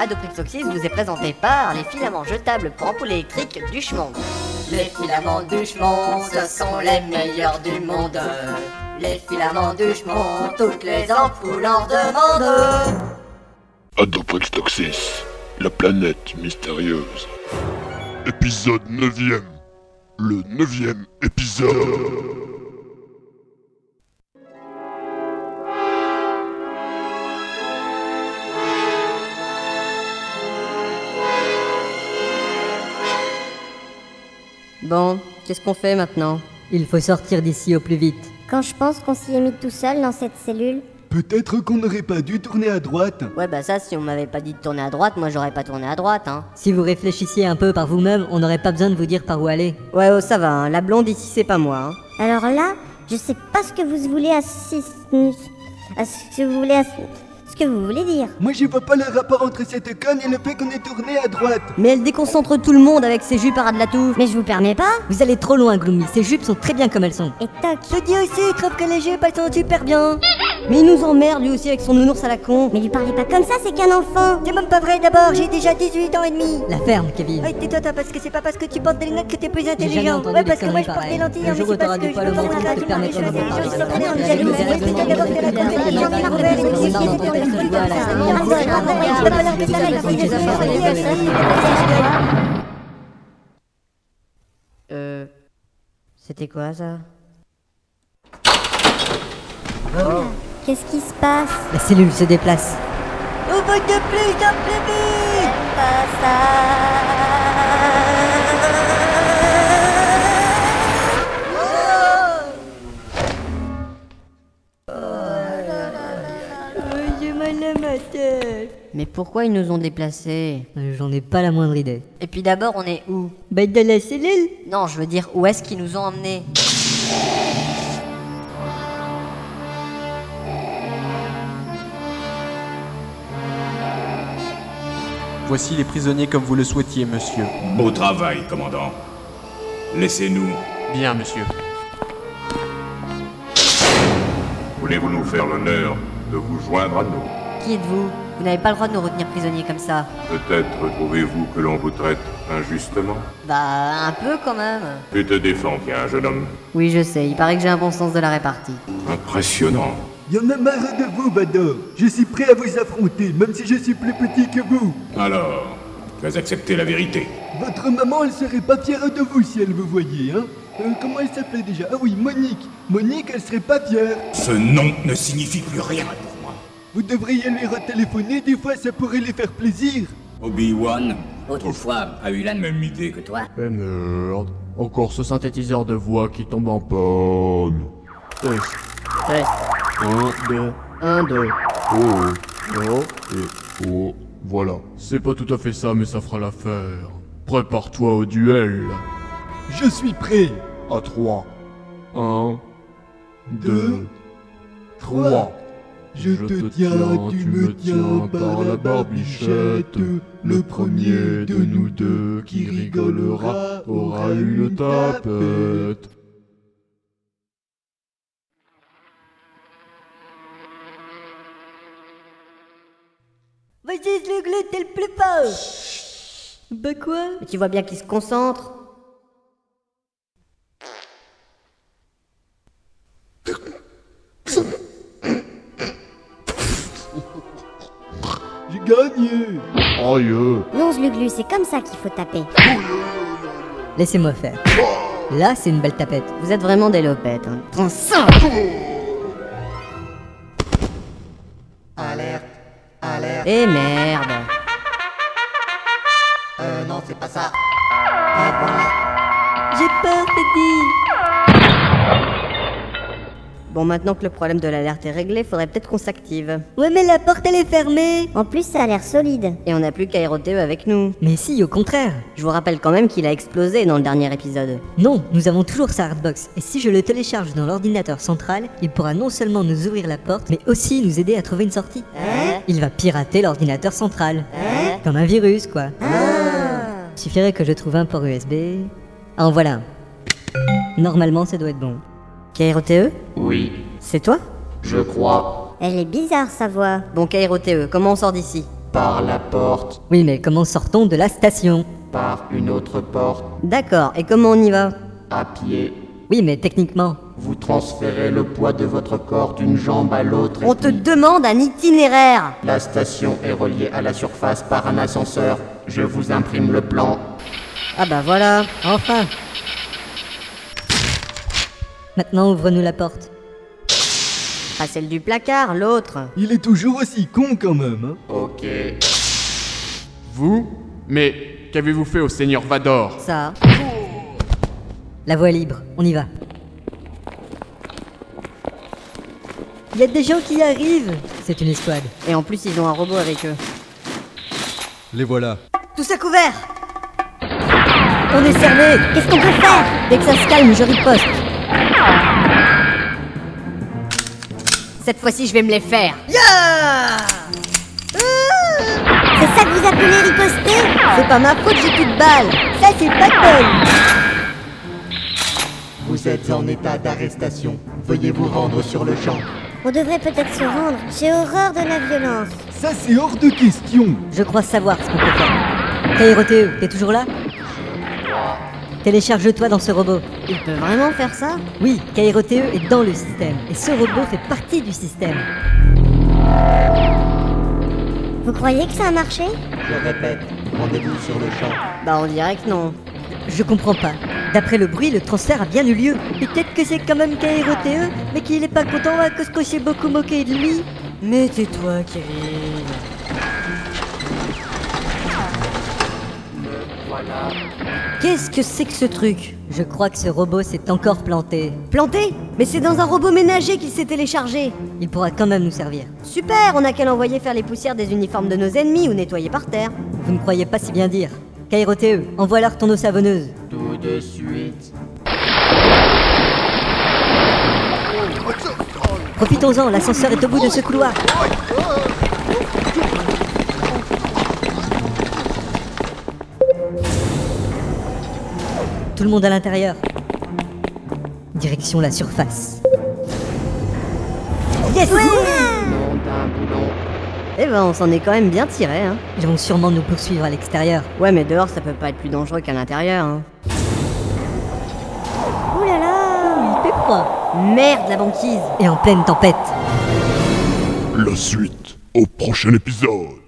Adoprixoxys vous est présenté par les filaments jetables pour ampoules électriques du Schmong. Les filaments du Schmong, ce sont les meilleurs du monde. Les filaments du Schmong, toutes les ampoules en demandent. Adoprex Toxis, la planète mystérieuse. Épisode 9ème. Le 9ème épisode. Bon, qu'est-ce qu'on fait maintenant Il faut sortir d'ici au plus vite. Quand je pense qu'on s'y est mis tout seul dans cette cellule, Peut-être qu'on n'aurait pas dû tourner à droite. Ouais, bah ça, si on m'avait pas dit de tourner à droite, moi j'aurais pas tourné à droite, hein. Si vous réfléchissiez un peu par vous-même, on n'aurait pas besoin de vous dire par où aller. Ouais, oh, ça va, hein, la blonde ici, c'est pas moi. hein. alors là, je sais pas ce que vous voulez assis- à ce que vous voulez assis- ce que vous voulez dire. Moi, je vois pas le rapport entre cette conne et le fait qu'on ait tourné à droite. Mais elle déconcentre tout le monde avec ses jupes à ras de la touffe. Mais je vous permets pas. Vous allez trop loin, Gloomy, ces jupes sont très bien comme elles sont. Et toc. Je te dis aussi, crève que les jupes, elles sont super bien. Mais il nous emmerde lui aussi avec son nounours à la con. Mais lui parlez pas comme ça, c'est qu'un enfant. C'est même pas vrai d'abord, j'ai déjà 18 ans et demi. La ferme, Kevin. Ouais, tais-toi, toi, parce que c'est pas parce que tu portes des lunettes que t'es plus jamais intelligent. entendu Ouais, des parce que moi conneries je porte des pareilles. lentilles, hein, Le mais jour où c'est t'auras parce du que je poil au veux ventre, pas tu te que je permettras sois d'en intelligent, parler. je suis entraînée en Ouais, jaloux, mais mais c'était d'abord que la connerie, les gens qui la rebelle, et qui s'y étaient dans le truc, ça, on dirait pas vrai, je peux pas leur péter la fille, je suis entraînée, elle s'est dit, Euh. C'était quoi ça Qu'est-ce qui se passe La cellule se déplace. Au bout de plus, d'un plus vite Mais pourquoi ils nous ont déplacés Euh, J'en ai pas la moindre idée. Et puis d'abord, on est où Bah, de la cellule Non, je veux dire, où est-ce qu'ils nous ont emmenés Voici les prisonniers comme vous le souhaitiez, monsieur. Beau travail, commandant. Laissez-nous. Bien, monsieur. Voulez-vous nous faire l'honneur de vous joindre à nous Qui êtes-vous Vous n'avez pas le droit de nous retenir prisonniers comme ça. Peut-être trouvez-vous que l'on vous traite injustement Bah, un peu quand même. Tu te défends bien, jeune homme. Oui, je sais, il paraît que j'ai un bon sens de la répartie. Impressionnant. Y en a marre de vous, Vador. Je suis prêt à vous affronter, même si je suis plus petit que vous. Alors, tu vas accepter la vérité. Votre maman, elle serait pas fière de vous si elle vous voyait, hein. Euh, comment elle s'appelait déjà Ah oui, Monique. Monique, elle serait pas fière. Ce nom ne signifie plus rien pour moi. Vous devriez lui retéléphoner, des fois ça pourrait les faire plaisir. Obi-Wan, autrefois, a eu la même idée que toi. Eh merde, encore ce synthétiseur de voix qui tombe en panne. Test. Test. 1, 2, 1, 2. Oh, oh, et oh, voilà. C'est pas tout à fait ça, mais ça fera l'affaire. Prépare-toi au duel. Je suis prêt. À 3. 1, 2, Deux, 3. Je, te tiens, tu me tiens par la barbichette. Le premier de nous deux qui rigolera aura une tapette. Vas-y, le glu, t'es le plus fort Bah quoi Mais tu vois bien qu'ils se concentrent. J'ai gagné. Aïe Non, je glu, c'est comme ça qu'il faut taper. Laissez-moi faire. Là, c'est une belle tapette. Vous êtes vraiment des lopettes. Hein. Eh merde J'ai peur, Teddy Bon, maintenant que le problème de l'alerte est réglé, faudrait peut-être qu'on s'active. Ouais, mais la porte, elle est fermée En plus, ça a l'air solide. Et on n'a plus qu'Aéroteo E avec nous. Mais si, au contraire. Je vous rappelle quand même qu'il a explosé dans le dernier épisode. Non, nous avons toujours sa hardbox, et si je le télécharge dans l'ordinateur central, il pourra non seulement nous ouvrir la porte, mais aussi nous aider à trouver une sortie. Hein il va pirater l'ordinateur central. Comme un virus, quoi. Ah Suffirait que je trouve un port USB. Ah, en voilà un. Normalement, ça doit être bon. KROTE Oui, C'est toi je crois. Elle est bizarre sa voix. Bon, KROTE, comment on sort d'ici Par la porte. Oui, mais comment sortons de la station Par une autre porte. D'accord, et comment on y va À pied. Oui, mais techniquement. Vous transférez le poids de votre corps d'une jambe à l'autre. et On te puis- demande un itinéraire La station est reliée à la surface par un ascenseur. Je vous imprime le plan. Ah bah voilà Enfin Maintenant, ouvre-nous la porte. Pas celle du placard, l'autre Il est toujours aussi con quand même. hein. Ok. Vous Mais qu'avez-vous fait au seigneur Vador Ça. La voie est libre, on y va. Il y a des gens qui arrivent C'est une escouade. Et en plus, ils ont un robot avec eux. Les voilà. Tous à couvert On est cerné Qu'est-ce qu'on peut faire Dès que ça se calme, je riposte. Cette fois-ci, je vais me les faire. C'est ça que vous appelez riposter C'est pas ma faute, j'ai plus de balles Ça, c'est pas de Vous êtes en état d'arrestation. Veuillez vous rendre sur le champ. On devrait peut-être se rendre. J'ai horreur de la violence. Ça c'est hors de question. Je crois savoir ce qu'on peut faire. KROTE, t'es toujours là Télécharge-toi dans ce robot. Il peut vraiment faire ça Oui, KROTE est dans le système, et ce robot fait partie du système. Vous croyez que ça a marché Je répète, rendez-vous sur le champ. Bah, on dirait que non. Je comprends pas. D'après le bruit, le transfert a bien eu lieu. Peut-être que c'est quand même KROTE, E, mais qu'il est pas content à cause qu'on s'est beaucoup moqué de lui. Mais tais-toi, Kevin Qu'est-ce que c'est que ce truc Je crois que ce robot s'est encore planté. Planté Mais c'est dans un robot ménager qu'il s'est téléchargé Il pourra quand même nous servir. Super, on a qu'à l'envoyer faire les poussières des uniformes de nos ennemis ou nettoyer par terre. Vous ne croyez pas si bien dire. KROTE, envoie leur ton eau savonneuse. Tout de suite. Profitons-en, l'ascenseur est au bout de ce couloir. Tout le monde à l'intérieur. Direction la surface. Yes Eh ben, on s'en est quand même bien tiré, hein. Ils vont sûrement nous poursuivre à l'extérieur. Ouais, mais dehors, ça peut pas être plus dangereux qu'à l'intérieur, hein. Ouh là là Il fait froid. Merde, la banquise Et en pleine tempête. La suite au prochain épisode.